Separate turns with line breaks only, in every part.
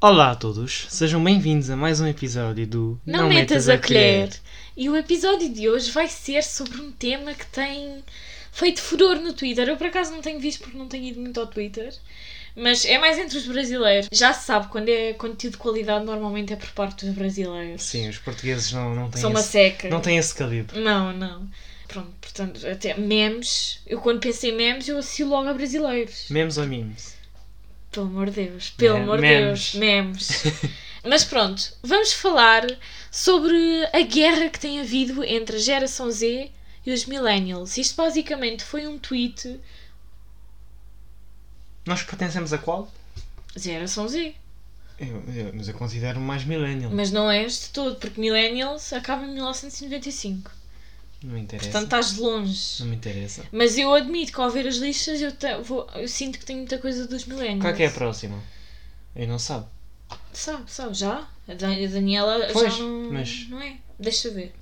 Olá a todos, sejam bem-vindos a mais um episódio do
Não, metas a colher. E o episódio de hoje vai ser sobre um tema que tem feito furor no Twitter. Eu por acaso não tenho visto porque não tenho ido muito ao Twitter. Mas é mais entre os brasileiros. Já se sabe, quando é conteúdo de qualidade, normalmente é por parte dos brasileiros.
Sim, os portugueses não, não têm
São uma
esse,
seca.
não têm esse calibre.
Não, não. Pronto, portanto, até memes. Eu quando penso em memes, eu associo logo a brasileiros.
Memes ou memes?
Pelo amor de Deus, pelo
Me-
amor de
memes.
Deus, memes. Mas pronto, vamos falar sobre a guerra que tem havido entre a geração Z e os millennials. Isto basicamente foi um tweet
Nós pertencemos a qual?
geração Z.
Eu, eu- mas eu considero-me mais millennial.
Mas não és de todo, porque millennials acaba em 1995.
Não me interessa.
Portanto, tá. estás longe.
Não me interessa.
Mas eu admito que ao ver as listas eu, te- vou- eu sinto que tenho muita coisa dos millennials.
Qual é que é a próxima? Eu não sabe.
Sabe, sabe, já? A Dan- a Daniela
Pois,
já não,
mas-
não é? Deixa eu ver.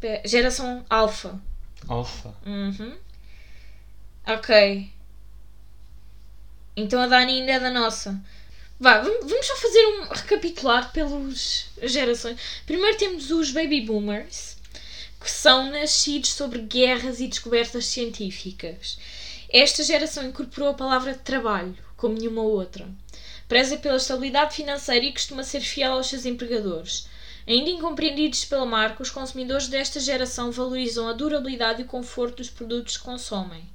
Pe- Geração alfa.
Alfa.
Uhum. Ok. Então a Dani ainda é da nossa. Vá, vam- vamos só fazer um recapitular pelas gerações. Primeiro temos os baby boomers, que são nascidos sobre guerras e descobertas científicas. Esta geração incorporou a palavra trabalho, como nenhuma outra. Preza pela estabilidade financeira e costuma ser fiel aos seus empregadores. Ainda incompreendidos pela marca, os consumidores desta geração valorizam a durabilidade e o conforto dos produtos que consomem.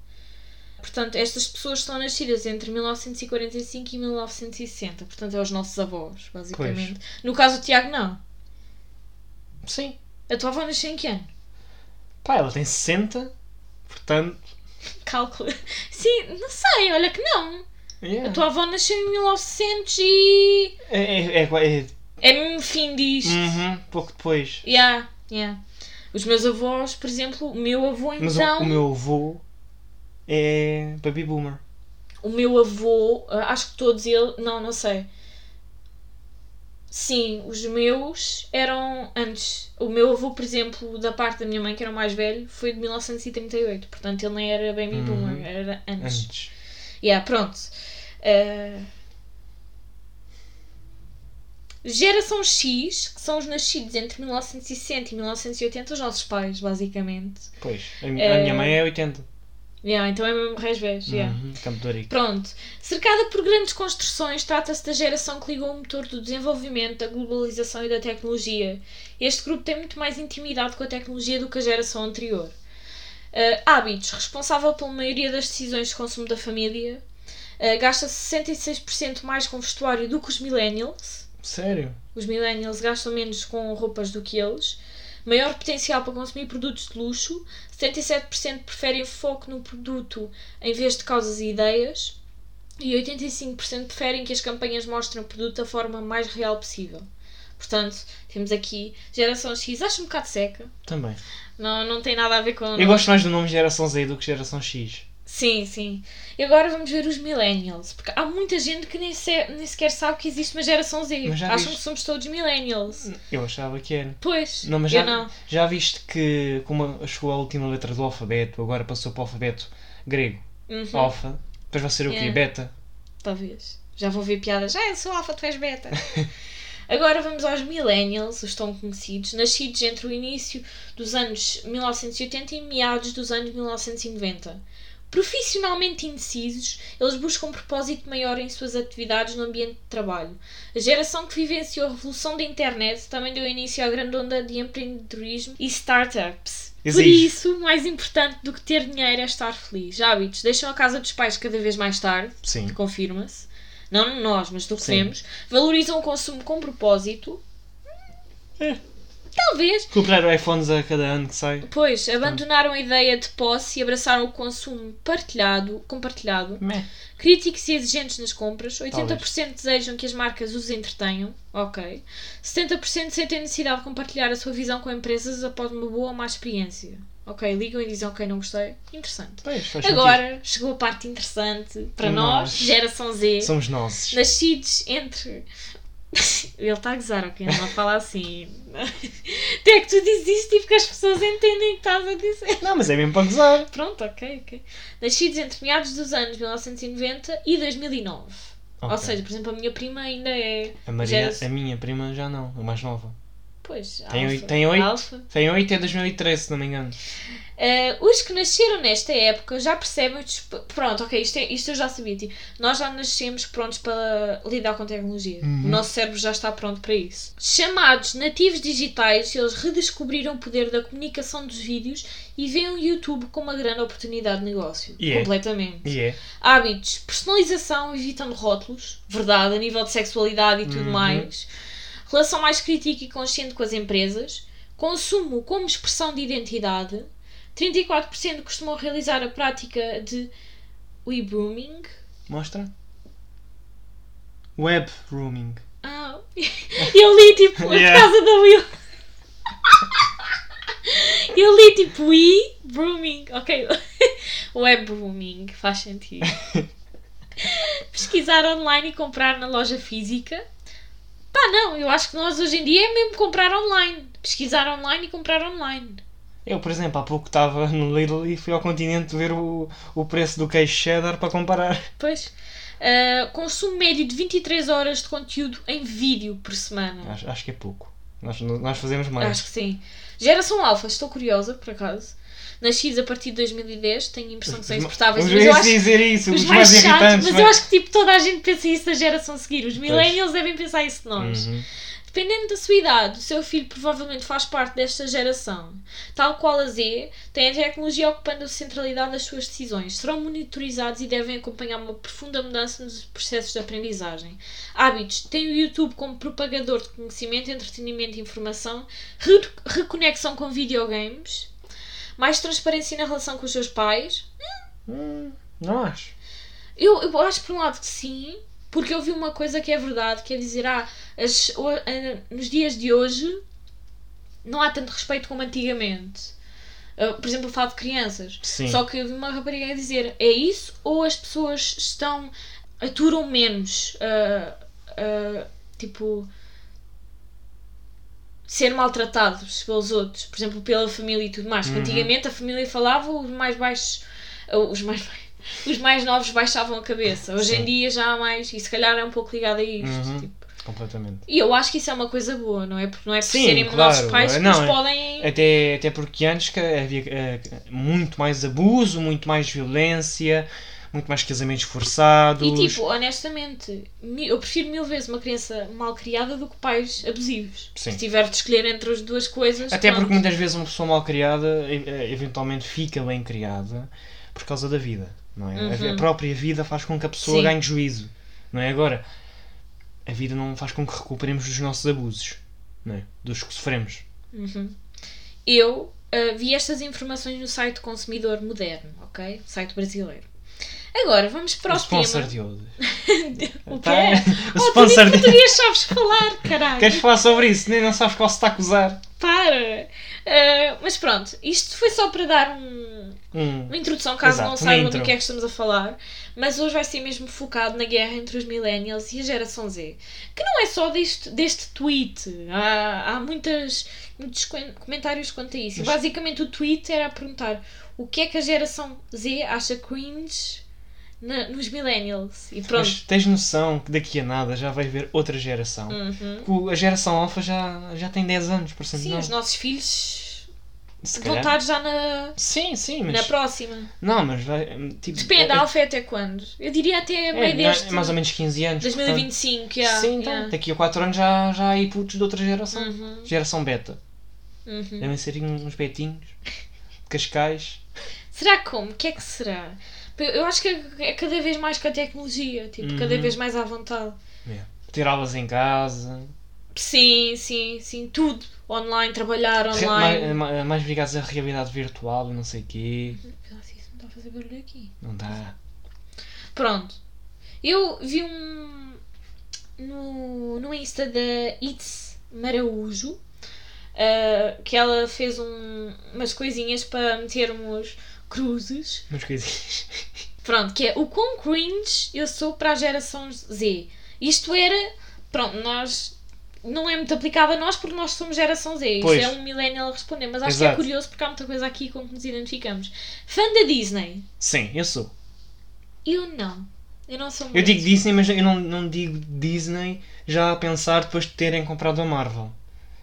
Portanto, estas pessoas são nascidas entre 1945 e 1960, portanto, é os nossos avós, basicamente. No caso do Tiago, não.
Sim.
A tua avó nasceu em que ano?
Pá, ela tem 60, portanto.
Cálculo. Sim, não sei, olha que não.
yeah.
A tua avó nasceu em 1900 e.
É, é, é, é-
É mesmo fim disto.
Uhum, pouco depois.
Yeah, yeah. Os meus avós, por exemplo, o meu avô
Mas o-
então.
o, meu avô é baby boomer.
O meu avô, ah, acho que todos eles. Não, não sei. Sim, os meus eram antes. O meu avô, por exemplo, da parte da minha mãe, que era o mais velho, foi de 1938. Portanto, ele nem era baby
Uhum.
boomer, era antes.
Antes.
Yeah, pronto. Ah. Geração X, que são os nascidos entre 1960 e 1980, os nossos pais, basicamente.
Pois. A, mi-
É.
a minha mãe é 80.
Yeah, então é mesmo resvés. Yeah.
Uhum, Campo de Ourique.
Pronto. Cercada por grandes construções, trata-se da geração que ligou o motor do desenvolvimento, da globalização e da tecnologia. Este grupo tem muito mais intimidade com a tecnologia do que a geração anterior. Ah, hábitos. Responsável pela maioria das decisões de consumo da família. Ah, gasta 66% mais com vestuário do que os millennials.
Sério?
Os millennials gastam menos com roupas do que eles. Maior potencial para consumir produtos de luxo. 77% preferem foco no produto em vez de causas e ideias. E 85% preferem que as campanhas mostrem o produto da forma mais real possível. Portanto, temos aqui geração X. Acho um bocado seca.
Também.
Não, não tem nada a ver com...
Eu gosto mais do nome geração Z do que geração X.
Sim, sim. E agora vamos ver os millennials. Porque há muita gente que nem, se- nem sequer sabe que existe uma geração Z.
Mas já
Acham
viste.
que somos todos millennials.
Eu achava que era.
Pois,
Não, mas
eu
já,
não.
já viste que como chegou a última letra do alfabeto, agora passou para o alfabeto grego.
Uhum.
Alfa. Depois vai ser o quê?
Yeah.
Beta.
Talvez. Já vou ver piadas. Ah, eu sou alfa, tu és beta. Agora vamos aos millennials, os tão conhecidos, nascidos entre o início dos anos 1980 e meados dos anos 1990. Profissionalmente indecisos, eles buscam um propósito maior em suas atividades no ambiente de trabalho. A geração que vivenciou a revolução da internet também deu início à grande onda de empreendedorismo e startups. Por
Exige.
isso, mais importante do que ter dinheiro é estar feliz. Hábitos deixam a casa dos pais cada vez mais tarde
Sim.
confirma-se. Não nós, mas do que
Sim.
temos. Valorizam o consumo com propósito.
É.
Talvez.
Comprar iPhones a cada ano que sai.
Pois, abandonaram a ideia de posse e abraçaram o consumo partilhado, compartilhado.
Meh.
Críticos e exigentes nas compras. 80% desejam que as marcas os entretenham. Ok. 70% sentem necessidade de compartilhar a sua visão com empresas após uma boa ou má experiência. Ok, ligam e dizem ok, não gostei. Interessante.
Pois, faz
Agora chegou a parte interessante para nós,
Nós.
geração Z.
sentido. Somos nós.
Nascidos entre. Ele está a gozar, ok? Não fala assim. Até que tu dizes isto tipo que as pessoas entendem o que estás a dizer.
Não, mas é mesmo para gozar.
Pronto, ok, ok. Nascidos entre meados dos anos 1990 e 2009. Ou
Ok.
seja, por exemplo, a minha prima ainda é.
a Maria,
gera-se-
a minha prima já não, a mais nova.
Pois,
Tem
alfa.
oito- tem oito?
Alfa.
Tem 8 é 2013, se não me engano.
Ah, os que nasceram nesta época já percebem. os disp- Pronto, ok, isto, é- isto eu já sabia. Tipo, nós já nascemos prontos para lidar com tecnologia.
Uhum.
O nosso cérebro já está pronto para isso. Chamados nativos digitais, eles redescobriram o poder da comunicação dos vídeos e veem o YouTube como uma grande oportunidade de negócio.
E é.
Completamente.
E é.
Hábitos, personalização, evitando rótulos, verdade, a nível de sexualidade e tudo
Uhum.
mais. Relação mais crítica e consciente com as empresas. Consumo como expressão de identidade. 34% costumam realizar a prática de e-booming.
Mostra. Web rooming.
Ah, eu li tipo
Yeah.
a casa da Will. eu li tipo e-booming. Ok, web-booming, faz sentido. pesquisar online e comprar na loja física. Pá, não, eu acho que nós hoje em dia é mesmo comprar online. Pesquisar online e comprar online.
Eu, por exemplo, há pouco estava no Lidl e fui ao continente ver o, o preço do queijo cheddar para comparar.
Pois. Ah, consumo médio de 23 horas de conteúdo em vídeo por semana.
Acho, acho que é pouco. Nós, nós fazemos mais.
Hum. Acho que sim. Geração Alfa, estou curiosa, por acaso. Nascidos a partir de 2010, tenho a impressão que são insuportáveis,
Os
mas eu
mais
acho
dizer isso,
os mais chatos,
irritantes. é?
mas eu acho que tipo, toda a gente pensa isso da geração a seguir. Os millennials devem pensar isso de nós.
Uhum.
Dependendo da sua idade, o seu filho provavelmente faz parte desta geração. Tal qual a Z, tem a tecnologia ocupando a centralidade das suas decisões. Serão monitorizados e devem acompanhar uma profunda mudança nos processos de aprendizagem. Hábitos. Tem o YouTube como propagador de conhecimento, entretenimento e informação. Re- reconexão com videogames. Mais transparência na relação com os seus pais.
Hum, não acho.
Eu, eu acho por um lado que sim, porque eu vi uma coisa que é verdade, que é dizer, ah, as- o- ah, nos dias de hoje não há tanto respeito como antigamente. Ah, por exemplo, eu falo de crianças.
Sim.
Só que eu vi uma rapariga a dizer, é isso ou as pessoas estão, aturam menos, ah, ah, tipo, ser maltratados pelos outros, por exemplo, pela família e tudo mais. que
Uhum.
Antigamente a família falava, os mais baixos, ah, os mais baixos, os mais novos baixavam a cabeça. Hoje
Sim.
em dia já há mais, e se calhar é um pouco ligado a isto.
Uhum.
tipo.
Completamente.
E eu acho que isso é uma coisa boa, não é? Porque não é por
Sim,
serem
claro,
nossos pais que
não,
nos
é-
podem.
Até, até porque antes que havia eh, muito mais abuso, muito mais violência, muito mais casamentos forçados.
E tipo, honestamente, mi- eu prefiro mil vezes uma criança mal criada do que pais abusivos.
Sim.
Se tiver de escolher entre as duas coisas.
Até
pronto.
porque muitas vezes uma pessoa mal criada e- e- eventualmente fica bem criada por causa da vida, não é? A- A,
Uhum.
própria vida faz com que a pessoa
Sim.
ganhe juízo, não é? Agora, a vida não faz com que recuperemos os nossos abusos, não é? Dos que sofremos.
Uhum. Eu ah, vi estas informações no site Consumidor Moderno, ok? Site brasileiro. Agora, vamos para
o
o
sponsor
tema.
de hoje.
O quê?
Tá? O
Oh,
sponsor
tu nem
de...
português sabes falar, caralho.
Queres falar sobre isso? Nem não sabes qual sotaque usar.
Para! Ah, mas pronto, isto foi só para dar um-
Hum.
uma introdução, caso
Exato,
não
uma
saibam do
intro.
que é que estamos a falar. Mas hoje vai ser mesmo focado na guerra entre os millennials e a geração Z. Que não é só deste, deste tweet. Há, há muitas, muitos quen- comentários quanto a isso. E
Mas-
Basicamente o tweet era a perguntar o que é que a geração Z acha cringe na- nos millennials. E pronto.
Mas tens noção que daqui a nada já vai haver outra geração.
Uhum.
O- A geração alfa já, já tem 10 anos, por
Sim,
exemplo.
os nossos filhos
Se
vão
calhar.
estar já na,
Sim, sim, mas.
na próxima.
Não, mas vai. Tipo, é-
Depende, a Alfa é até quando? Eu diria até
é,
meio
na-
deste.
mais ou menos 15 anos.
2025, já.
portanto. Sim, então.
já.
Daqui a 4 anos já, já há aí putos de outra geração.
Uhum,
Geração beta.
uhum.
Devem ser uns betinhos. de Cascais.
Será como? O que é que será? Eu acho que é cada vez mais com a tecnologia, tipo, cada
Uhum.
vez mais à vontade.
Ter aulas em casa.
Sim, sim, sim, tudo. Online, trabalhar
Re-
online.
ma- ma- mais ligados à realidade virtual e não sei o quê.
Nossa, isso não está a fazer barulho aqui.
Não dá.
Pronto. Eu vi um. No, no Insta da Itz Maraújo, ah, que ela fez um, umas coisinhas para metermos cruzes
Mas coisinhas.
Pronto, que é o quão cringe eu sou para a geração Z. Isto era. Pronto, nós. Não é muito aplicado a nós porque nós somos geração Z. Isto
Pois.
é um millennial a responder, mas acho
Exato.
que é curioso porque há muita coisa aqui com que nos identificamos. Fã da Disney?
Sim, eu sou.
Eu não. Eu não sou
Eu
muito.
digo Disney, mas eu não, não digo Disney já a pensar depois de terem comprado a Marvel.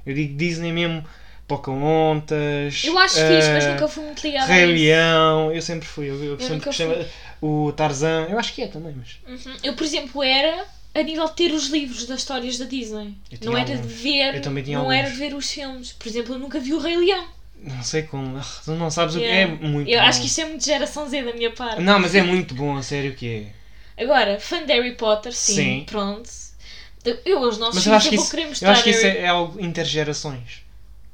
Eu digo Disney mesmo, Pocahontas.
Eu acho fixe, mas
eh,
nunca fui muito ligada a
Rei
isso.
Leão, eu sempre fui, eu, eu sempre
nunca
gostava. O Tarzan, eu acho que é também, mas.
Uhum. Eu, por exemplo, era a nível de ter os livros das histórias da Disney.
Eu tinha
Não era de
alguns.
ver.
Eu também tinha
não
alguns.
era de ver os filmes. Por exemplo, eu nunca vi o Rei Leão.
Não sei como. Ah, Tu não sabes
Yeah.
o que é muito
Eu
bom.
acho que isto é muito geração Z da minha parte.
Não, mas é muito bom, a sério que é.
Agora, fã de Harry Potter, sim,
Sim.
pronto. Eu aos nossos
Mas eu
filhos
acho que
eu vou
isso,
querer
eu
mostrar
acho que isso
Harry-
é, é algo intergerações.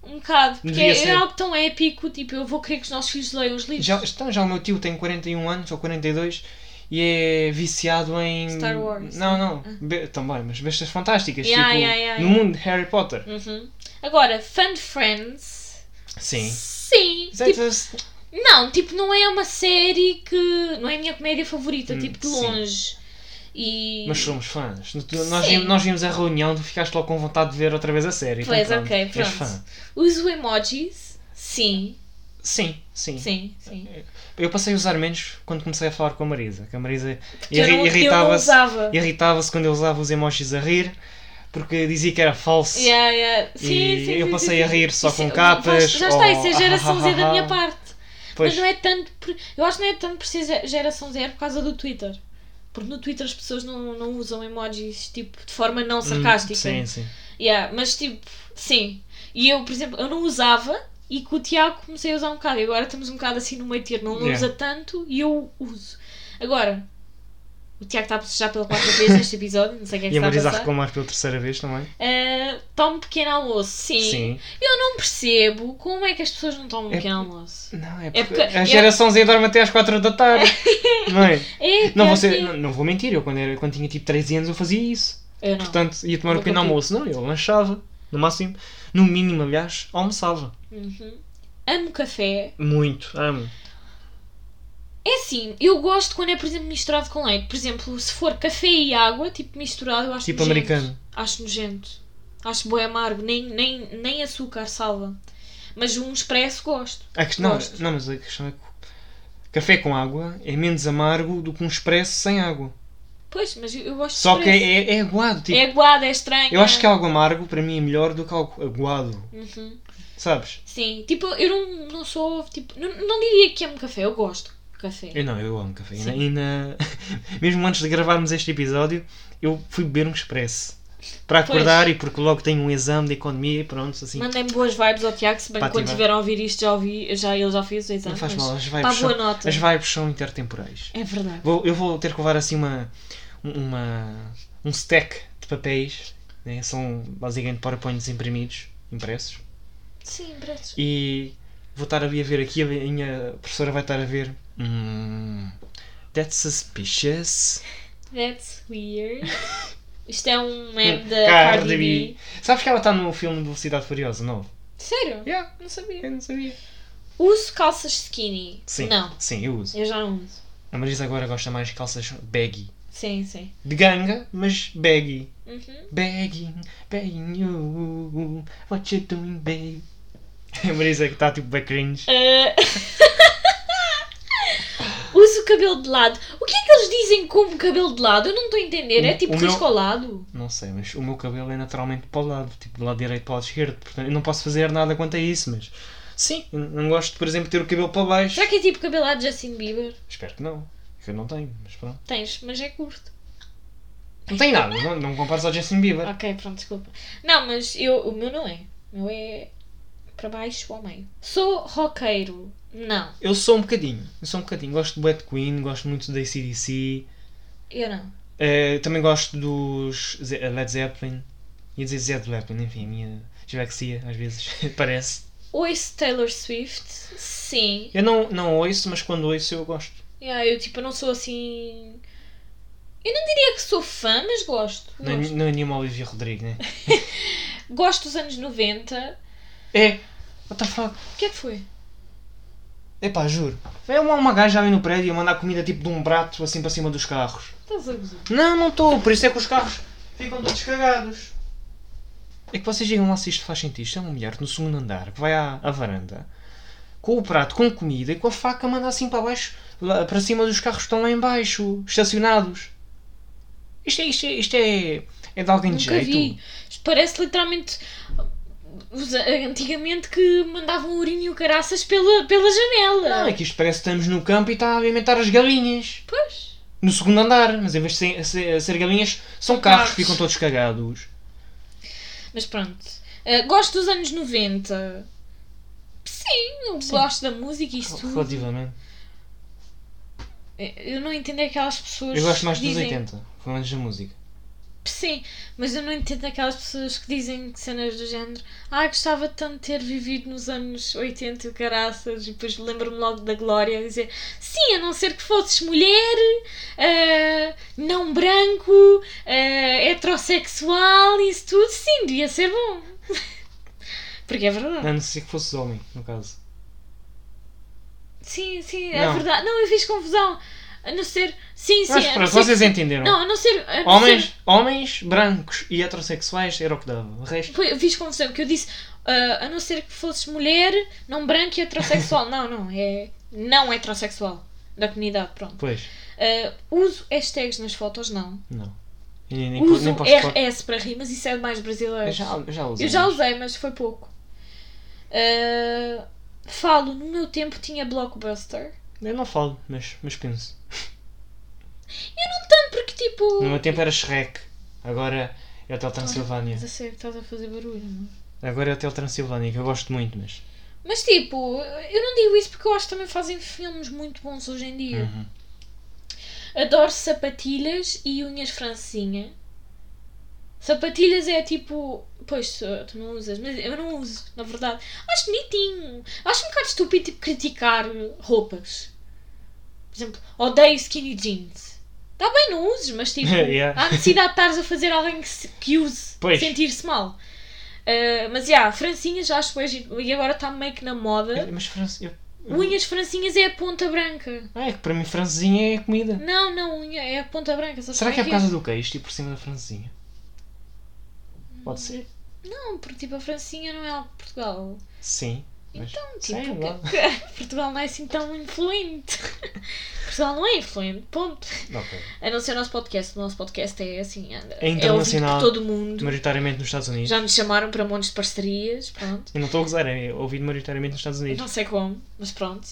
um bocado, porque
Devia
é,
ser.
é algo tão épico, tipo, eu vou querer que os nossos filhos leiam os livros.
Já, então, já o meu tio tem 41 anos ou 42 e é viciado em.
Star Wars. Ah.
Não, não. be- também, mas bestas fantásticas.
Yeah,
tipo,
yeah, yeah,
no
yeah.
mundo de Harry Potter.
Uhum. Agora, fã de Friends,
Sim.
sim,
Isso é-
tipo,
isso-
não, tipo, não é uma série que, não é a minha comédia favorita,
Hum,
tipo, de
sim.
longe. E...
Mas somos fãs. No- tu- Nós,
Sim.
vimos, nós vimos a reunião, tu ficaste logo com vontade de ver outra vez a série. Então,
Pois, ok,
és
pronto.
fã.
Uso emojis, sim,
Sim, sim,
sim, sim.
Eu passei a usar menos quando comecei a falar com a Marisa. Que a Marisa
Porque eu, não, eu não
irritava-se
usava.
irritava-se quando eu usava os emojis a rir porque dizia que era falso.
Yeah, yeah.
E
Sim, sim,
eu
sim,
passei
sim,
a
sim.
rir só
Isso
com
é-
capas, oh,
Já está, isso é
ou-
geração Z da minha parte.
Pois,
Mas não é tanto por. Eu acho que não é tanto por ser ze- geração Z é por causa do Twitter. Porque no Twitter as pessoas não, não usam emojis tipo, de forma não
hum,
sarcástica.
Sim, sim.
Yeah, mas tipo, sim. E eu, por exemplo, eu não usava e com o Tiago comecei a usar um bocado. E agora estamos um bocado assim no meio termo. Ele não
Yeah.
usa tanto e eu uso. Agora, o Tiago está a bocejar pela quarta vez neste episódio, não sei o que é que
E a
está a
Marisa a
passar.
reclamar pela terceira vez também.
Ah, tome pequeno almoço,
Sim.
eu não percebo como é que as pessoas não tomam
É
pequeno almoço.
Não, é
É
porque,
porque
a
eu-
geração Z dorme até às 4 da tarde. não é?
É,
Não
pior
vou, ser-
que-
não, não vou mentir, eu quando, era- quando tinha tipo 13 anos eu fazia isso.
Eu não.
Portanto, ia tomar um
Nunca
pequeno
tive.
almoço. Não, eu lanchava. No máximo, no mínimo, aliás, almoçava.
Uhum. Amo café.
Muito, amo.
É assim, eu gosto quando é, por exemplo, misturado com leite. Por exemplo, se for café e água, tipo misturado, eu acho
Tipo
nojento.
americano.
Acho nojento. Acho boi amargo. Nem, nem, nem açúcar salva. Mas um expresso gosto.
A questão, não,
Gosto.
não, mas a questão é que café com água é menos amargo do que um expresso sem água.
Pois, mas eu, eu gosto de
Só que
expresso.
é, é aguado. Tipo,
É aguado, é estranho.
Eu acho que algo amargo para mim é melhor do que algo aguado,
Uhum.
sabes?
Sim, tipo, eu não, não sou. Tipo, não, não diria que amo café, eu gosto de café.
Eu não, eu amo café. E
Sim.
na- e na- Mesmo antes de gravarmos este episódio, eu fui beber um expresso. Para
Pois.
acordar e porque logo tenho um exame de economia e pronto, assim.
Mandem-me boas vibes ao Tiago, se bem que
Fátima.
quando estiver a ouvir isto já ouvi, já, ele já fez o exame.
não faz
mas
mal, as
pá,
vibes,
boa
são,
nota.
as vibes são intertemporais.
É verdade.
Vou- eu vou ter que levar assim uma, uma- um stack de papéis, né? são basicamente powerpoints imprimidos, impressos,
Sim, braços.
e vou estar ali a ver aqui, a minha professora vai estar a ver. Hum, that's suspicious.
That's weird. Isto é um meme da
Cardi
Cardi B.
Sabes que ela está no filme de Velocidade Furiosa novo?
Sério?
Yeah,
Não sabia.
eu não sabia.
Uso calças skinny.
Sim,
Não,
sim, eu uso.
eu já não uso.
A Marisa agora gosta mais de calças baggy.
Sim, sim.
De ganga, mas baggy.
Uhum.
Begging, begging you, what you doing, babe? A Marisa que está tipo bem cringe.
Ah, Uso o cabelo de lado. O que é que eles dizem como cabelo de lado? Eu não estou a entender. É
O-
tipo
o meu-
risco ao lado?
Não sei, mas o meu cabelo é naturalmente para o lado, tipo do lado direito para o lado esquerdo. Portanto, eu não posso fazer nada quanto a isso, mas. Sim, eu não gosto, por exemplo, de ter o cabelo para baixo.
Será que é tipo cabelo de Justin Bieber?
Espero que não. que Eu não tenho, mas pronto.
Tens, mas é curto.
Não tem nada, não, não compares ao Justin Bieber.
Ok, pronto, desculpa. Não, mas eu, o meu não é. O meu é para baixo ou ao meio. Sou roqueiro. Não,
Eu sou um bocadinho, eu sou um bocadinho. Gosto do Bad Queen, gosto muito da ACDC.
eu não.
Eh, também gosto dos Ze- Led Zeppelin. Ia dizer Zed Zeppelin, enfim, a minha dislexia às vezes parece.
Ouço Taylor Swift, sim.
Eu não, não ouço, mas quando ouço eu gosto.
Yeah, eu tipo, eu não sou assim. Eu não diria que sou fã, mas gosto.
Não, é-
Gosto,
não é nenhuma Olivia Rodrigo, né?
Gosto dos anos 90.
É, what the fuck?
O que é que foi?
Epá, juro. É uma, uma gaja ali no prédio a mandar comida tipo de um prato assim para cima dos carros.
Estás a gozar.
Não, não estou, por isso é que os carros ficam todos cagados. É que vocês digam lá se isto faz sentido. Isto é uma mulher no segundo andar que vai à, à varanda com o prato com comida e com a faca manda assim para baixo, lá- para cima dos carros que estão lá em baixo, estacionados. Isto é, isto é, isto é, é de alguém de
Nunca
jeito.
vi. Isto Parece literalmente. os- Antigamente que mandavam urina e o caraças pela, pela janela.
Não, é que isto parece que estamos no campo e está a alimentar as galinhas.
Pois.
No segundo andar, mas em vez de ser, ser- ser galinhas, são carros,
carros.
ficam todos cagados.
Mas pronto. Uh, gosto dos anos 90. Sim, eu gosto da música e isso tudo. Eh,
Relativamente.
Eu não entendo é aquelas pessoas
Eu gosto mais
que
dos
dizem...
80, pelo menos da música.
Sim, mas eu não entendo aquelas pessoas que dizem cenas do género. Ah, gostava tanto de ter vivido nos anos 80 e o caraças, e depois lembro-me logo da Glória a dizer: Sim, a não ser que fosses mulher, ah, não branco, ah, heterossexual, isso tudo, sim, devia ser bom. Porque é verdade.
A não ser que fosses homem, no caso.
Sim, sim, é
Não.
verdade. Não, eu fiz confusão. A não ser. Sim, sim.
Mas
a não
pronto,
ser
vocês
que-
entenderam.
Não, a não ser. a não ser-
Homens, homens brancos e heterossexuais era o que dava. O resto.
Foi- eu fiz confusão, porque eu disse, ah, a não ser que fosses mulher, não branca e heterossexual. não, não, é não heterossexual da comunidade, pronto.
Pois,
Ah, uso hashtags nas fotos, não.
não. E nem, nem,
uso
nem posso pôr.
RS para rir, mas isso é mais brasileiro.
Eu já, eu já usei.
Eu já usei, mas foi pouco. Ah, falo, no meu tempo tinha blockbuster.
Eu não falo, mas, mas penso.
Eu não tanto, porque tipo.
No meu tempo era Shrek. Agora é Hotel Transilvânia.
Mas eu sei que estás a fazer barulho, não é?
Agora é Hotel Transilvânia, que eu gosto muito, mas.
Mas tipo, eu não digo isso porque eu acho que também fazem filmes muito bons hoje em dia.
Uhum.
Adoro sapatilhas e unhas francinha. Sapatilhas é tipo. Pois, tu não usas, mas eu não uso, na verdade. Acho bonitinho. Acho um bocado estúpido tipo, criticar roupas. Por exemplo, odeio skinny jeans. Está bem, não uses, mas tipo,
Yeah.
há necessidade de estares a fazer alguém que, se- que use,
Pois.
sentir-se mal. Ah, mas já, yeah, francinhas já acho hoje e agora está meio que na moda.
Mas França. eu-
Unhas francinhas é a ponta branca.
Ah, é que para mim francesinha é comida.
Não, não, unha, é a ponta branca. sabes
Será que
como
é por causa do queijo, tipo por cima da francesinha? Pode ser?
Não, porque tipo, a Francinha não é algo de Portugal.
Sim. é Mas...
Então,
Sei
tipo,
lá.
que- que- Portugal não é assim tão influente. Portugal não é influente, ponto.
Ok.
A não ser o nosso podcast. O nosso podcast é assim, anda-
É internacional.
ouvido por todo o mundo.
Maioritariamente nos Estados Unidos.
Já nos chamaram para montes de parcerias, pronto.
Eu não estou a gozar, é ouvido maioritariamente nos Estados Unidos.
Não sei como, mas pronto.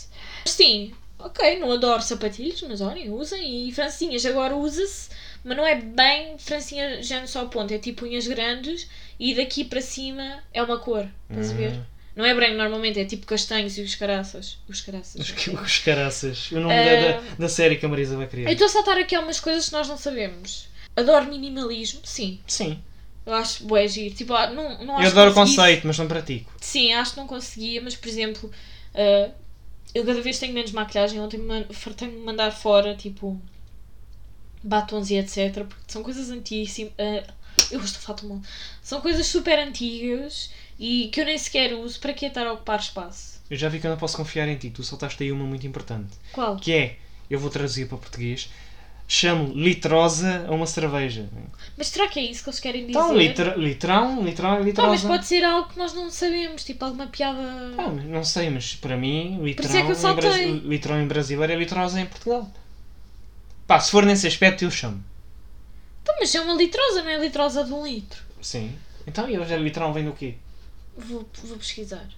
Mas sim, ok, não adoro sapatilhos, mas olhem, usem. E francinhas agora usa-se, mas não é bem francinha já no só ponto. É tipo unhas grandes e daqui para cima é uma cor. Estás a ver?
Hum,
Não é branco normalmente, é tipo castanhos e os caraças. Os caraças.
os, que- os caraças. O nome
Ah. então,
da, da, da série que a Marisa vai
Eu
criar.
estou a saltar aqui algumas coisas que nós não sabemos. Adoro minimalismo, sim.
Sim.
Eu acho bué giro. Tipo, ah, não, não acho
Eu adoro o
que conseguisse-
conceito, mas não pratico.
Sim, acho que não conseguia, mas por exemplo, ah, eu cada vez tenho menos maquilhagem. Ontem me man- fartei-me de mandar fora, tipo, batons e etc. Porque são coisas antíssimas. eu estou a falar tão mal. São coisas super antigas e que eu nem sequer uso. Para que estar a ocupar espaço?
Eu já vi que eu não posso confiar em ti. Tu soltaste aí uma muito importante.
Qual?
Que é, eu vou traduzir para português, chamo litrosa a uma cerveja.
Mas será que é isso que eles querem dizer?
Então, litra, litrão, litrão,
Pá, mas
litrosa.
pode ser algo que nós não sabemos, tipo alguma piada.
Ah, não sei, mas para mim, litrão,
isso é que eu
em,
saltei.
Brasi- litrão em brasileiro é litrosa em Portugal. Pá, se for nesse aspecto, eu chamo.
Então, mas é uma litrosa, não é litrosa de um litro.
Sim. Então, e hoje a litrão vem do quê?
Vou, vou pesquisar.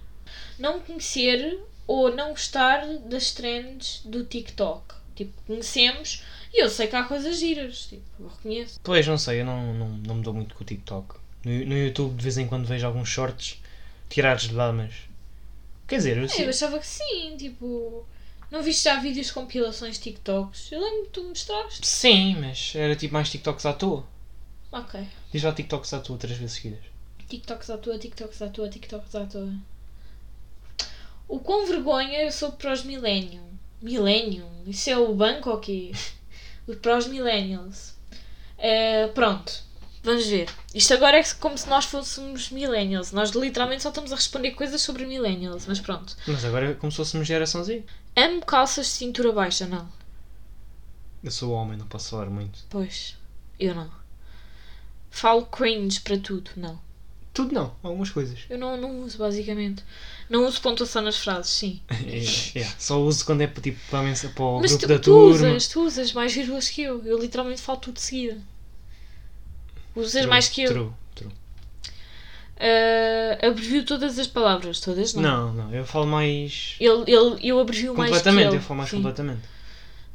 Não conhecer ou não gostar das trends do TikTok. Tipo, conhecemos e eu sei que há coisas giras, tipo, eu reconheço.
Pois, não sei, eu não, não, não me dou muito com o TikTok. No, no YouTube, de vez em quando, vejo alguns shorts tirados de lá, mas... Quer dizer, eu,
Eu
sei-
achava que sim, tipo. Não viste já vídeos de compilações de TikToks? Eu lembro que tu mostraste.
Sim, mas era tipo mais TikToks à toa.
Ok.
Diz lá TikToks à toa três vezes seguidas.
TikToks à toa, TikToks à toa, TikToks à toa. O quão vergonha eu sou para os Millennium. Millennium? Isso é o banco ou o quê? O- Para os Millennials. Eh, pronto. Vamos ver. Isto agora é como se nós fôssemos Millennials. Nós literalmente só estamos a responder coisas sobre Millennials, mas pronto.
Mas agora como se fôssemos geração Z.
Amo calças de cintura baixa, não.
Eu sou homem, não posso falar muito.
Pois. Eu não. Falo cringe para tudo, não.
Tudo não, algumas coisas.
Eu não, não uso, basicamente. Não uso pontuação nas frases, sim.
É, é, só uso quando é tipo para, a mensa- para o
Mas
grupo
tu,
da
tu
turma.
usas, tu usas mais vírgulas que eu. Eu literalmente falo tudo de seguida. Usas mais que eu.
True, true.
Ah, abrevio todas as palavras, todas não.
Não, não, eu falo mais.
Ele, ele, eu abrevio mais que
completamente,
ele.
eu falo mais
sim.
completamente.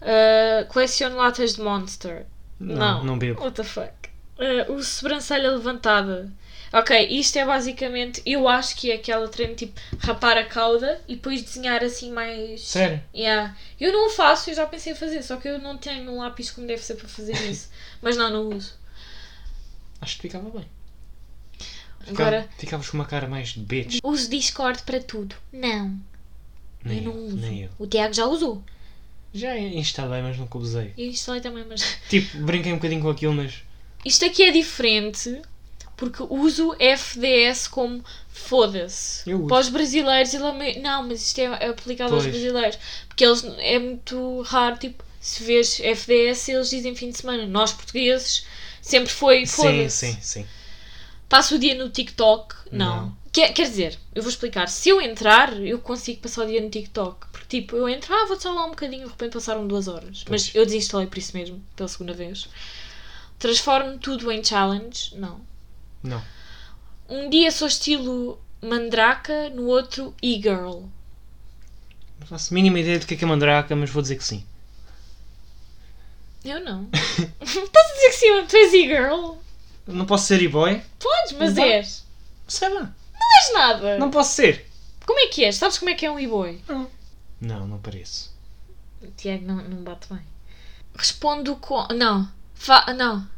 Ah, coleciono latas de Monster. Não.
não bebo.
What the fuck? Ah, o sobrancelha levantada. Ok, isto é basicamente, eu acho que é aquela treino tipo rapar a cauda e depois desenhar assim mais.
Sério?
Yeah. Eu não o faço, eu já pensei em fazer, só que eu não tenho um lápis como deve ser para fazer isso. Mas não, não uso.
Acho que ficava bem. Ficava,
Agora,
Ficavas com uma cara mais de bitch.
uso Discord para tudo. Não,
Nem
eu não uso.
nem eu.
O Tiago já usou.
Já instalei, mas nunca usei.
Eu instalei também, mas.
Tipo, brinquei um bocadinho com aquilo, mas.
Isto aqui é diferente porque uso é FDS como foda-se.
Eu uso.
Para os brasileiros, ele é meio- não, mas isto é aplicado aos
Pois.
brasileiros. Porque eles é muito raro, tipo, se vês FDS, eles dizem fim de semana. Nós portugueses sempre foi
Sim,
foda-se.
sim, sim.
Passo o dia no TikTok? Não.
Não.
Quer, quer dizer, eu vou explicar. Se eu entrar, eu consigo passar o dia no TikTok. Porque, tipo, eu entro, ah, vou só lá um bocadinho, de repente passaram duas horas.
Pois.
Mas eu desinstalei por isso mesmo, pela segunda vez. Transformo tudo em challenge? Não.
Não.
Um dia sou estilo mandraca, no outro e-girl.
Não faço a mínima ideia do que é que é mandraca, mas vou dizer que sim.
Eu não. Estás a dizer que sim, tu és e-girl?
Não posso ser e-boy?
Podes, mas
Não.
és.
Sei lá.
Não és nada.
Não posso ser.
Como é que és? Sabes como é que é um e-boy?
Não, não pareço.
Tiago não, não bate bem. Respondo com. Não. Fa... Não.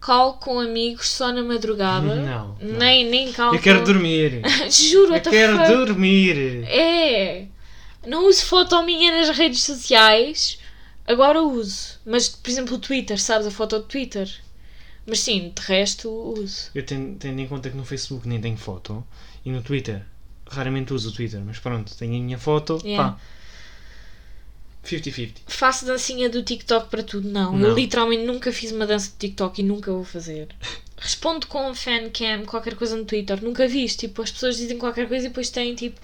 Calo com amigos só na madrugada.
Não, não.
Nem, nem calo.
Eu quero
com-
dormir.
Juro,
Eu
what the
quero
fuck?
dormir.
É. Não uso foto minha nas redes sociais. Agora uso. Mas, por exemplo, o Twitter, sabes? A foto do Twitter. Mas sim, de resto uso.
Eu tenho, tendo em conta que no Facebook nem tenho foto e no Twitter, raramente uso o Twitter, mas pronto, tenho a minha foto.
Yeah.
Pá. 50-50.
Faço dancinha do TikTok para tudo, não.
Não.
Eu literalmente nunca fiz uma dança de TikTok e nunca vou fazer. Respondo com um fancam, qualquer coisa no Twitter. Nunca vi isto. Tipo, as pessoas dizem qualquer coisa e depois têm, tipo,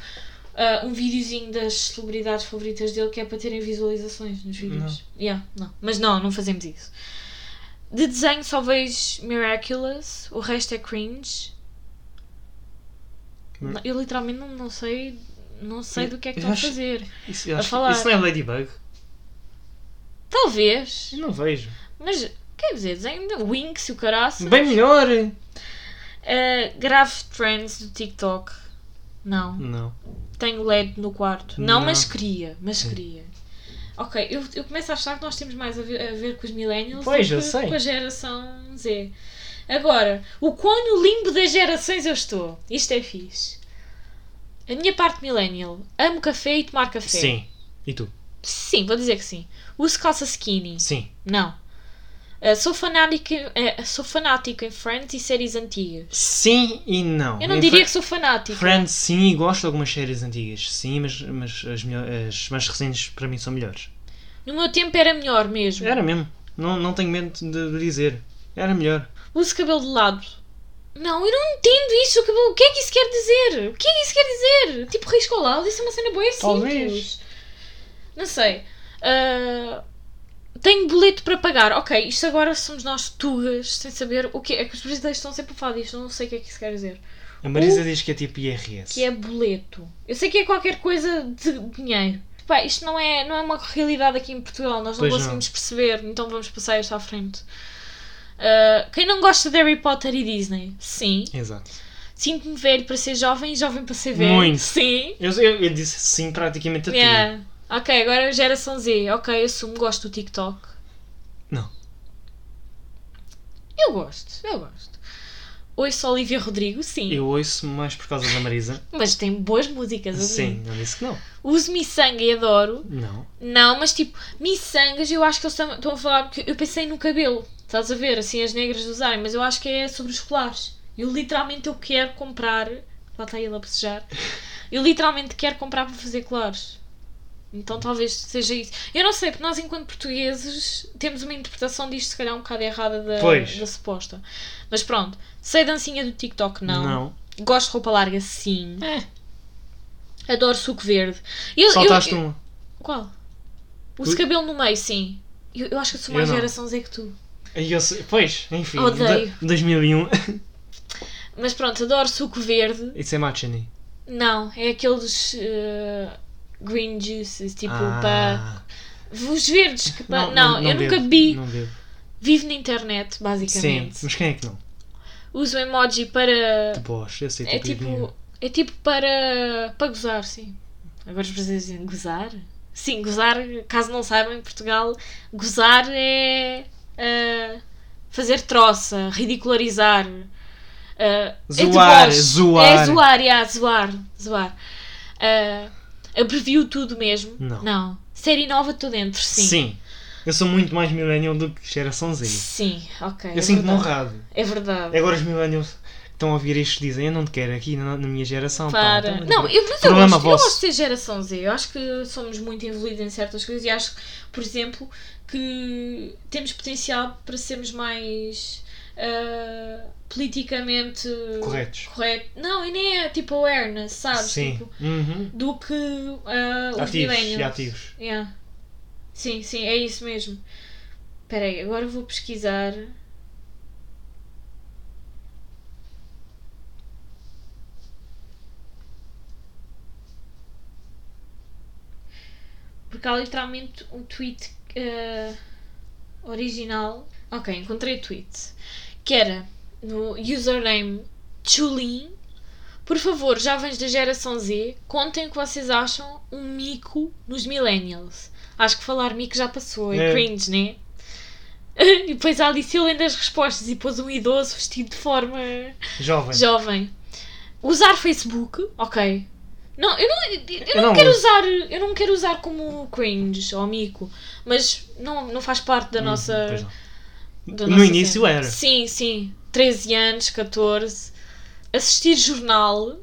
ah, um videozinho das celebridades favoritas dele que é para terem visualizações nos vídeos. Yeah, não. Mas não, não fazemos isso. De desenho só vejo Miraculous, o resto é cringe.
Hum.
Não, Eu literalmente não, não sei, não sei do que é que
Eu
estão a
acho-
fazer.
Isso, eu
A
acho que-
falar.
isso não é Ladybug?
Talvez.
Eu não vejo.
Mas, quer dizer, desenho de Winx e o caraças.
Bem melhor.
Uh, grave trends do TikTok. Não.
Não.
Tenho LED no quarto. Não,
Não.
mas queria. Mas queria. Ok, eu, eu começo a achar que nós temos mais a ver, a ver com os millennials
Pois,
do
eu
que
sei.
com a geração Z. Agora, o quão no limbo das gerações eu estou. Isto é fixe. A minha parte millennial. Amo café e tomar café.
Sim. E tu?
Sim, vou dizer que sim. Uso calça skinny.
Sim.
Não. Ah, sou, fanática, ah, sou fanática em Friends e séries antigas.
Sim e não.
Eu não
Em
diria
Fri-
que sou fanática.
Friends, sim, e gosto de algumas séries antigas. Sim, mas, mas as, melho- as mais recentes para mim são melhores.
No meu tempo era melhor mesmo.
Era mesmo. Não, não tenho medo de dizer. Era melhor.
Uso cabelo de lado. Não, eu não entendo isso. O, cabelo... o que é que isso quer dizer? O que é que isso quer dizer? Tipo, risco ao lado, isso é uma cena boa, é
Talvez.
simples. Não sei. Ah, tenho boleto para pagar. Ok, isto agora somos nós tugas, sem saber o que é que os brasileiros estão sempre a falar disto. Eu não sei o que é que isso quer dizer.
A Marisa diz que é tipo IRS.
Uh. que é boleto. Eu sei que é qualquer coisa de dinheiro. Pá, isto não é, não é uma realidade aqui em Portugal, nós não
Pois não.
conseguimos perceber, então vamos passar isto à frente. Ah, quem não gosta de Harry Potter e Disney? Sim.
Exato.
Sinto-me velho para ser jovem e jovem para ser velho.
Muito.
Sim.
Eu, eu, eu disse sim praticamente a tudo.
Yeah. Ok, agora geração Z. Ok, assumo, gosto do TikTok.
Não.
Eu gosto, eu gosto. Ouço Olivia Rodrigo, sim.
Eu ouço mais por causa da Marisa.
Mas tem boas músicas.
sim,
Sim.
não disse que não.
Uso miçanga e adoro.
Não.
Não, mas tipo, miçangas, eu acho que eles tam- estão a falar. Porque eu pensei no cabelo, estás a ver? Assim, as negras de usarem, mas eu acho que é sobre os colares. Eu literalmente eu quero comprar. Lá está ele a bocejar. Eu literalmente quero comprar para fazer colares. Então talvez seja isso. Eu não sei, porque nós, enquanto portugueses, temos uma interpretação disto, se calhar um bocado errada da,
Pois.
da suposta. Mas pronto, sei dancinha do TikTok, não.
Não.
Gosto de roupa larga, sim.
É.
Adoro suco verde. Eu,
Saltaste
eu,
uma.
qual?
Tu?
Uso cabelo no meio, sim. Eu, eu acho que sou mais
Eu não.
geração Z que tu.
E eu sei- pois, enfim.
Odeio.
de- 2001.
Mas pronto, adoro suco verde.
Isso é matcha-ni.
Não, é aqueles eh, green juices, tipo para.
Ah.
Os verdes que pa... não, eu nunca
bebo,
vi.
Não bebo.
Vivo na internet,
Sim,
basicamente.
mas quem é que não?
Uso emoji para.
De Bosch, eu sei.
É tipo. É tipo para. para gozar, sim. Agora os brasileiros dizem gozar? Sim, gozar, caso não saibam, em Portugal, gozar é. ah, fazer troça, ridicularizar. ah,
Zoar,
é de voz.
zoar.
É zoar, yeah, zoar, zoar. Ah, abrevio tudo mesmo.
Não.
Série nova, estou dentro, sim.
Sim. Eu sou muito mais millennial do que geração Z.
Sim, ok. é
eu sinto-me
verdade.
honrado.
É verdade.
Agora os millennials que estão a ouvir isto dizem, eu não te quero aqui na, na minha geração. pá,
Para.
então,
Não, eu, mas eu
Problema
gosto, eu
vosso.
gosto de ser geração Z. Eu acho que somos muito envolvidos em certas coisas e acho, por exemplo, que temos potencial para sermos mais ah, politicamente
Corretos.
correto. Não, e nem é tipo awareness, sabes?
Sim.
Tipo,
Uhum.
do que ah, os
Ativos e
millennials.
ativos.
Yeah. Sim, sim, é isso mesmo. Espera aí, agora vou pesquisar. Porque há literalmente um tweet eh, original. Ok, encontrei o tweet. Que era no username Chulin. Por favor, jovens da geração Z, contem o que vocês acham um mico nos millennials. Acho que falar mico já passou, é,
É.
cringe, né? E depois a Alice lendo as respostas e pôs um idoso vestido de forma
Jovem.
jovem. Usar Facebook, ok. Não, eu não, eu
Eu
não
não
quero
uso.
usar, eu não quero usar como cringe ou mico, mas não, não faz parte da
Hum,
nossa
pois não.
da
No
nossa
início
cena.
era.
Sim, sim. 13 anos, 14. Assistir jornal.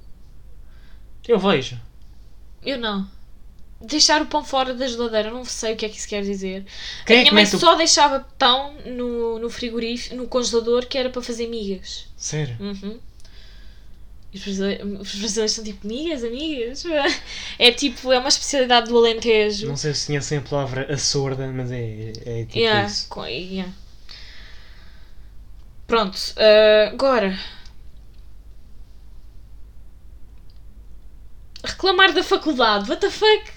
Eu vejo.
Eu não. Deixar o pão fora da geladeira, eu não sei o que é que isso quer dizer.
Quem
a
é
minha
que
mãe
mete o-
só deixava pão no, no frigorífico, no congelador, que era para fazer migas.
Sério.
Uhum. E Os brasile- os brasileiros são tipo migas, amigas. É tipo, é uma especialidade do Alentejo.
Não sei se conhecem a palavra a sorda, mas é, é tipo
Yeah,
isso.
co- yeah. Pronto, eh, agora. Reclamar da faculdade, what the fuck?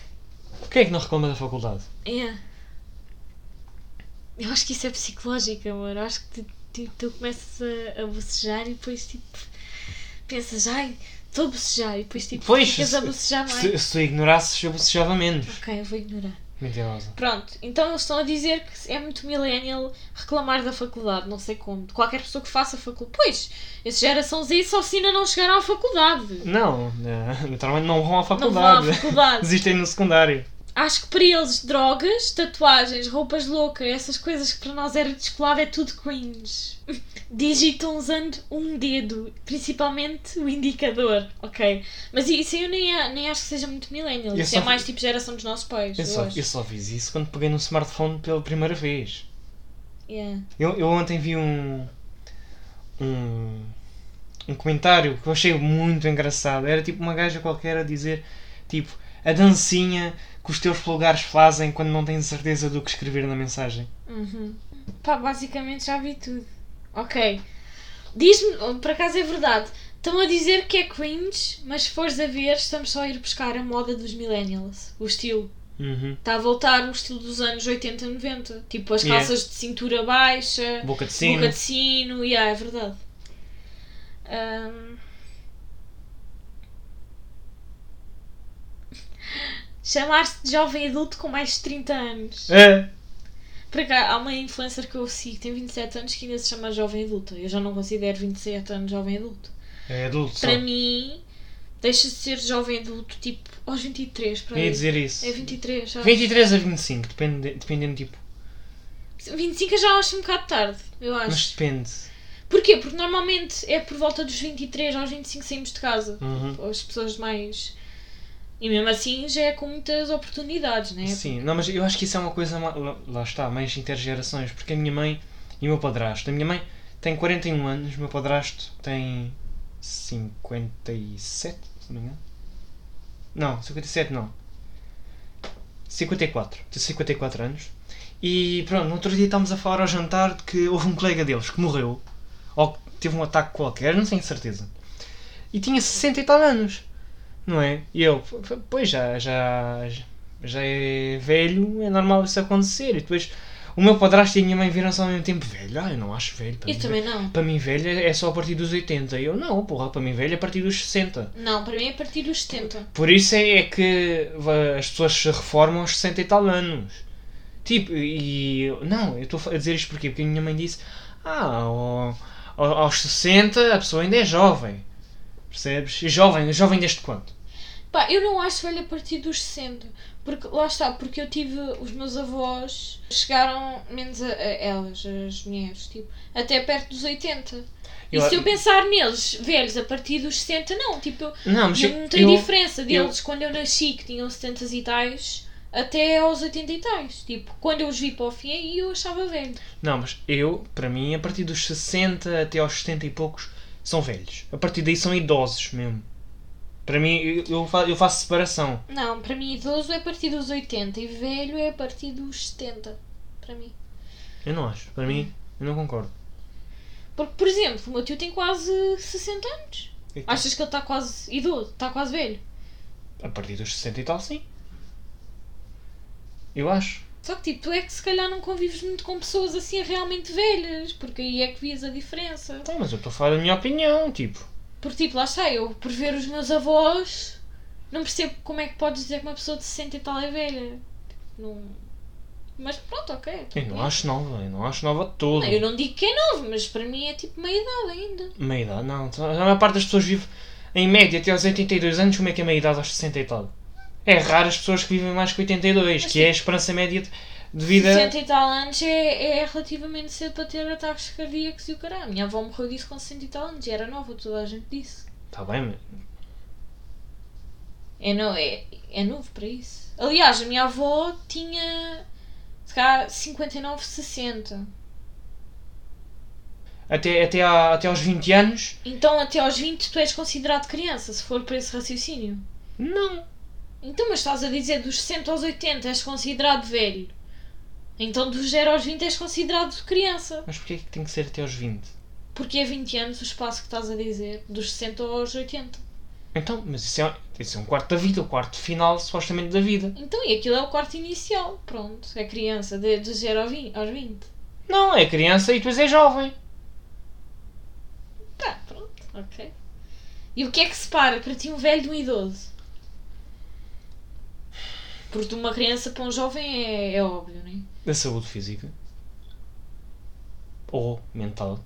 Quem é que não reclama da faculdade?
Yeah. Eu acho que isso é psicológico, amor. Eu acho que tu, tu- tu começas a, a bocejar e depois tipo. Pensas, ai, estou a bocejar e depois tipo.
Pois,
ficas
se-
a bocejar mais.
Se, se tu ignorasses, eu bocejava menos.
Ok, eu vou ignorar.
Mentirosa.
Pronto, então eles estão a dizer que é muito millennial reclamar da faculdade, não sei como. De qualquer pessoa que faça faculdade. Pois, essa geração Z só ensina a não chegaram à faculdade.
Não, eh, naturalmente não vão à
Não vão à
faculdade.
faculdade.
Existem no secundário.
Acho que para eles, drogas, tatuagens, roupas loucas, essas coisas que para nós era descolado, é tudo cringe. Digitam usando um dedo, principalmente o indicador, ok? Mas isso eu nem, a- nem acho que seja muito millennial.
Eu
Isso
só
é
fi-
mais tipo geração dos nossos pais.
Eu
eu
só,
acho.
eu só fiz isso quando peguei no smartphone pela primeira vez.
Yeah.
Eu, eu ontem vi um, um. um comentário que eu achei muito engraçado. Era tipo uma gaja qualquer a dizer: tipo, a dancinha que os teus polegares fazem quando não têm certeza do que escrever na mensagem.
Uhum. Pá, basicamente já vi tudo. Ok. Diz-me, oh, por acaso é verdade. Estão a dizer que é cringe, mas se fores a ver, estamos só a ir buscar a moda dos millennials. O estilo.
Uhum.
Está a voltar o estilo dos anos 80, 90. Tipo as
Yeah.
calças de cintura baixa,
Boca de
Sim.
sino.
boca de sino. Yeah, é verdade. Ahm. Chamar-se de jovem adulto com mais de 30 anos.
É.
Para cá, há uma influencer que eu sigo que tem 27 anos que ainda se chama jovem adulta. Eu já não considero 27 anos jovem adulto.
É adulto só.
Para mim, deixa de ser jovem adulto tipo aos 23. Para
Eu ia dizer isso.
É 23, já.
23 a 25, depende, dependendo tipo.
25 eu já acho um bocado tarde, eu
Mas
acho.
depende.
Porquê? Porque normalmente é por volta dos 23 aos 25 saímos de casa.
Uhum.
As pessoas mais. E mesmo assim já é com muitas oportunidades, né?
Sim, não, mas eu acho que isso é uma coisa, ma- lá, lá está, mais intergerações, porque a minha mãe e o meu padrasto, a minha mãe tem 41 anos, o meu padrasto tem 57, se não me engano. Não, 57 não. 54, tem 54 anos. E pronto, no outro dia estávamos a falar ao jantar de que houve um colega deles que morreu, ou que teve um ataque qualquer, não tenho certeza. E tinha 60 e tal anos, não é? E eu, p- p- pois já, já, já é velho, é normal isso acontecer. E depois o meu padrasto e a minha mãe viram-se ao mesmo tempo velho. Ah, eu não acho velho. Para
Eu
mim,
também não.
Para mim, velho é só a partir dos 80. E eu, não, porra, para mim, velho é a partir dos 60.
Não, para mim é a partir dos 70.
Por isso é, é que va- as pessoas se reformam aos 60 e tal anos. Tipo, e. Não, eu estou a dizer isto porquê? Porque a minha mãe disse: Ah, ao- ao- aos 60 a pessoa ainda é jovem. Percebes? E jovem, jovem desde quando?
Pá, eu não acho velho a partir dos 60. Porque, lá está, porque eu tive. Os meus avós chegaram menos a, a elas, as mulheres, tipo, até perto dos 80. E
Eu-
se eu pensar neles, velhos, a partir dos 60, não. Tipo, eu-
Não, mas.
não tem
eu-
diferença deles quando eu nasci, que tinham 70 e tais, até aos 80 e tais. Tipo, quando eu os vi para o fim, aí eu achava velho.
Não, mas eu, para mim, a partir dos 60 até aos 70 e poucos, são velhos. A partir daí são idosos mesmo. Para mim, eu- eu fa- eu faço separação.
Não, para mim, idoso é a partir dos 80 e velho é a partir dos 70. Para mim.
Eu não acho. Para mim, eu não concordo.
Porque, por exemplo, o meu tio tem quase 60 anos.
O que é que tu
Achas que ele está quase idoso? Está quase velho?
A partir dos 60 e tal, sim. Eu acho.
Só que, tipo, tu é que se calhar não convives muito com pessoas assim realmente velhas, porque aí é que vias a diferença.
Então, mas eu estou a falar da minha opinião, tipo.
Porque, tipo, lá está, eu por ver os meus avós, não percebo como é que podes dizer que uma pessoa de 60 e tal é velha. Tipo, Não... Mas pronto, ok. tudo
Eu não
bem.
acho nova, eu não acho nova de todo.
Não, eu não digo que é novo, mas para mim é tipo meia idade ainda.
Meia idade, não. Então, A maior parte das pessoas vive em média até aos 82 anos, como é que é meia idade aos 60 e tal? É raro as pessoas que vivem mais que 82,
Mas
que é a esperança média de- de vida.
60 e tal anos é, é relativamente cedo para ter ataques cardíacos e o caralho. A Minha avó morreu disso com 60 e tal anos e era nova, toda a gente disse.
Tá bem, mas.
É, no, é, é novo para isso. Aliás, a minha avó tinha se calhar 59, 60.
Até, até, à- até aos 20 anos,
Então até aos 20 tu és considerado criança, se for para esse raciocínio.
não.
Então, mas estás a dizer dos 60 aos 80 és considerado velho. Então dos 0 aos 20 és considerado criança.
Mas porquê é que tem que ser até aos 20?
Porque é 20 anos o espaço que estás a dizer, dos 60 aos 80.
Então, mas isso é, isso é um quarto da vida, o quarto final, supostamente, da vida.
Então, e aquilo é o quarto inicial, pronto. É criança, de, de 0 ao 20, aos 20.
Não, é criança e depois é jovem.
Tá, pronto, ok. E o que é que separa para ti um velho de um idoso? Porque de uma criança para um jovem é, é óbvio, não é?
Da saúde física. Ou mental.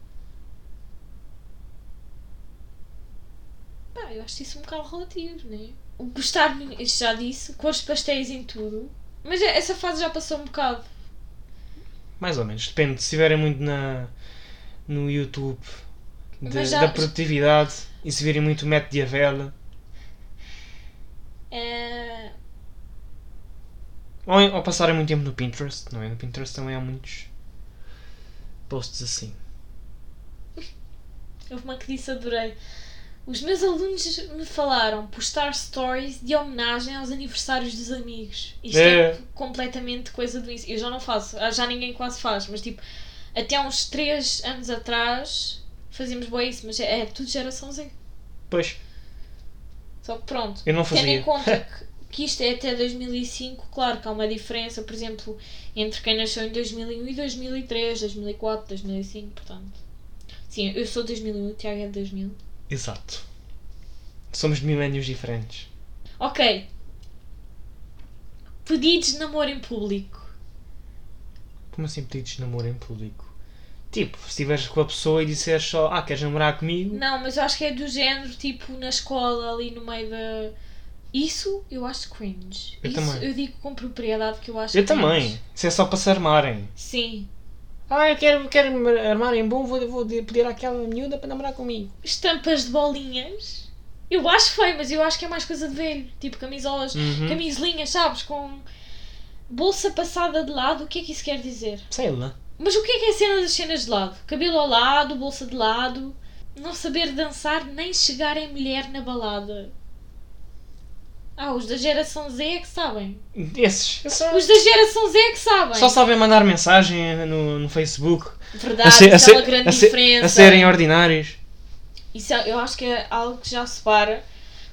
Pá, eu acho isso um bocado relativo, não é? O gostar, eu já disse, cores de pastéis em tudo. Mas é- essa fase já passou um bocado.
Mais ou menos. Depende. Se estiverem muito na, no YouTube de-
Mas já-
da produtividade e se virem muito o método de Avela.
É,
Ou, ou passarem muito tempo no Pinterest, não é? No Pinterest também há muitos posts assim.
Houve uma que disse, adorei. Os meus alunos me falaram postar stories de homenagem aos aniversários dos amigos. Isto é,
É.
completamente coisa do ensino. Eu já não faço, ah, já ninguém quase faz, mas tipo, até uns 3 anos atrás fazíamos boa isso, mas é, é tudo geração Z.
Pois,
Só que é pronto.
eu não
Tendo
fazia.
em conta que, que isto é até 2005, claro que há uma diferença, por exemplo, entre quem nasceu em 2001 e 2003, 2004, 2005, portanto. Sim, eu sou de 2001, o Tiago é de 2000.
Exato. Somos de milénios diferentes.
Ok. Pedidos de namoro em público.
Como assim pedidos de namoro em público? Tipo, se estiveres com a pessoa e disseres só, ah, queres namorar comigo?
Não, mas eu acho que é do género, tipo, na escola, ali no meio da. Isso eu acho cringe.
Eu
Isso
também.
eu digo com propriedade que eu acho
Eu
cringe.
também. Isso é só para se armarem.
Sim.
Ah, eu quero, quero me armar em bom, vou, vou de- pedir àquela miúda para namorar comigo.
Estampas de bolinhas. Eu acho feio, mas eu acho que é mais coisa de velho. Tipo, camisolas,
Uhum.
camisolinhas, sabes? Com bolsa passada de lado. O que é que isso quer dizer?
Sei lá.
Mas o que é que é a cena das cenas de lado? Cabelo ao lado, bolsa de lado, não saber dançar nem chegar em mulher na balada. Ah, os da geração Z é que sabem.
Esses. esses são-
Os da geração Z é que sabem.
Só sabem mandar mensagem no, no Facebook.
Verdade,
ser-
isso é uma
ser-
grande
a ser-
diferença.
A serem ordinários.
Isso é- eu acho que é algo que já se para,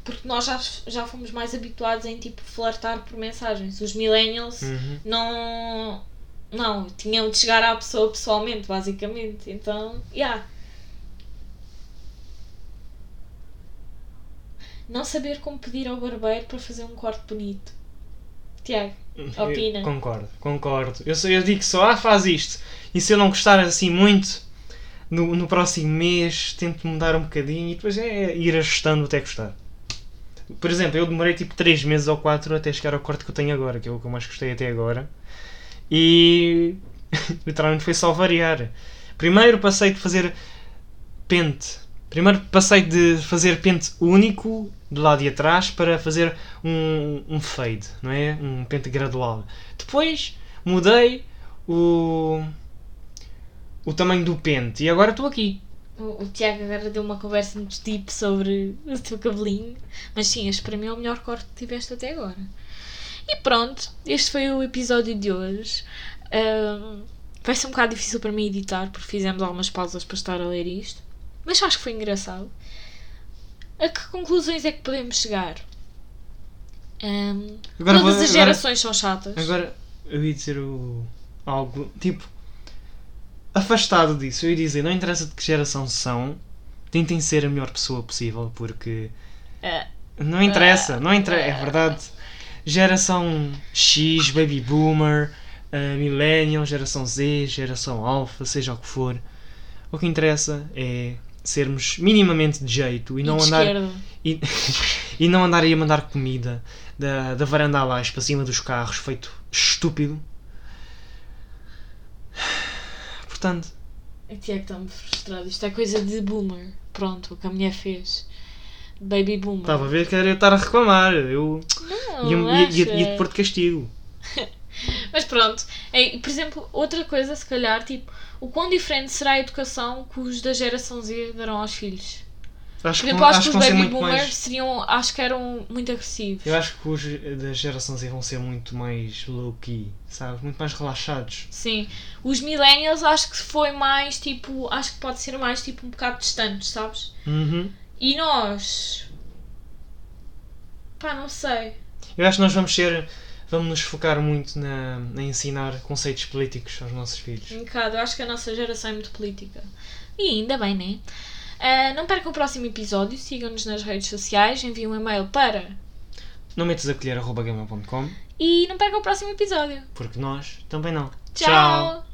porque nós já, já fomos mais habituados em tipo flertar por mensagens. Os millennials
Uhum.
não. Não, tinham de chegar à pessoa pessoalmente, basicamente. Então, yeah. Não saber como pedir ao barbeiro para fazer um corte bonito. Tiago, Opina.
Eu Uhum. Concordo, concordo. Eu, só- eu digo só, ah, faz isto. E se eu não gostar assim muito, no, no próximo mês tento mudar um bocadinho e depois é ir ajustando até gostar. Por exemplo, eu demorei tipo 3 meses ou 4 até chegar ao corte que eu tenho agora, que é o que eu mais gostei até agora. E literalmente foi só variar. Primeiro passei de fazer pente. Primeiro passei de fazer pente único do lado de atrás para fazer um, um fade, não é? Um pente gradual. Depois mudei o, o tamanho do pente e agora estou aqui.
o, o Tiago agora deu uma conversa muito deep sobre o teu cabelinho. Mas sim, este para mim é o melhor corte que tiveste até agora. E pronto, este foi o episódio de hoje. Ahm, vai ser um bocado difícil para mim editar, porque fizemos algumas pausas para estar a ler isto. Mas acho que foi engraçado. A que conclusões é que podemos chegar? Ahm,
Agora
todas
vou-
as
agora-
gerações são chatas.
Agora eu ia dizer o, algo tipo afastado disso. Eu ia dizer, não interessa de que geração são, tentem ser a melhor pessoa possível porque
Ah,
Não interessa, não interessa, é verdade. Geração X, Baby Boomer, eh, Millennial, geração Z, geração Alpha, seja o que for. O que interessa é sermos minimamente de jeito e,
e
não
de
andar
esquerda.
e, e não andar aí a mandar comida da, da varanda abaixo para cima dos carros, feito estúpido. Portanto,
A Tiago está-me frustrado. Isto é coisa de boomer. Pronto, o que a mulher fez. Baby boomer.
estava a ver que era eu estar a reclamar. Eu ia,
Não,
ia, ia, ia
acha?
te pôr de castigo.
Mas pronto. É, por exemplo, outra coisa, se calhar, tipo, o quão diferente será a educação que os da geração Z darão aos filhos?
Acho
Por
que,
exemplo,
acho que
os
vão ser
baby
muito
boomers
mais.
seriam, acho que eram muito agressivos.
Eu acho que os da geração Z vão ser muito mais low-key, sabes? Muito mais relaxados.
Sim. Os millennials acho que foi mais, tipo, acho que pode ser mais, tipo, um bocado distantes, sabes?
Uhum.
E nós... Pá, não sei.
Eu acho que nós vamos ser. Vamos nos focar muito na, a ensinar conceitos políticos aos nossos filhos.
Um bocado, eu acho que a nossa geração é muito política. E ainda bem, né? Ah, não percam o próximo episódio, sigam-nos nas redes sociais, enviem um e-mail para.
Não metas a colher arroba gmail.com,
E não percam o próximo episódio.
porque nós também não.
Tchau.